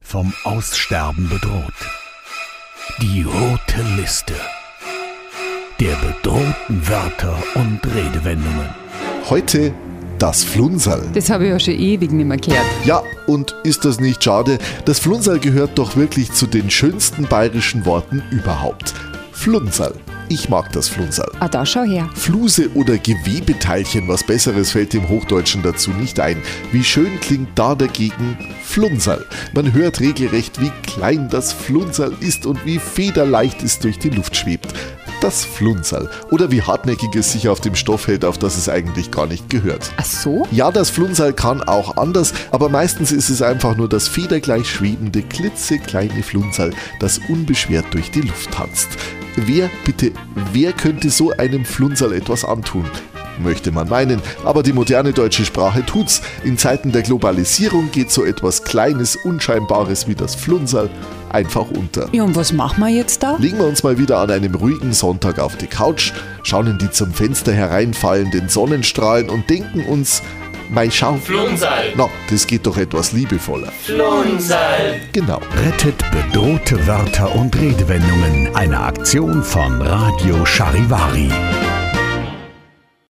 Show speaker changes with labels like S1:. S1: vom Aussterben bedroht. Die rote Liste der bedrohten Wörter und Redewendungen.
S2: Heute das Flunserl.
S3: Das habe ich ja schon ewig nicht mehr gehört.
S2: Ja, und ist das nicht schade? Das Flunserl gehört doch wirklich zu den schönsten bayerischen Worten überhaupt. Flunserl. Ich mag das Flunserl.
S3: Ah, da schau her.
S2: Fluse oder Gewebeteilchen, was Besseres fällt dem Hochdeutschen dazu nicht ein. Wie schön klingt da dagegen Flunserl. Man hört regelrecht, wie klein das Flunserl ist und wie federleicht es durch die Luft schwebt. Das Flunserl. Oder wie hartnäckig es sich auf dem Stoff hält, auf das es eigentlich gar nicht gehört.
S3: Ach so?
S2: Ja, das Flunserl kann auch anders, aber meistens ist es einfach nur das federgleich schwebende, klitzekleine Flunserl, das unbeschwert durch die Luft tanzt. Wer, bitte, wer könnte so einem Flunserl etwas antun? Möchte man meinen, aber die moderne deutsche Sprache tut's. In Zeiten der Globalisierung geht so etwas Kleines, Unscheinbares wie das Flunserl einfach unter.
S3: Ja, und was machen wir jetzt da?
S2: Legen wir uns mal wieder an einem ruhigen Sonntag auf die Couch, schauen in die zum Fenster hereinfallenden Sonnenstrahlen und denken uns, mei schau,
S4: Flunserl,
S2: na, das geht doch etwas liebevoller.
S4: Flunserl.
S2: Genau.
S1: Rettet bedrohte Wörter und Redewendungen. Eine Aktion von Radio Charivari.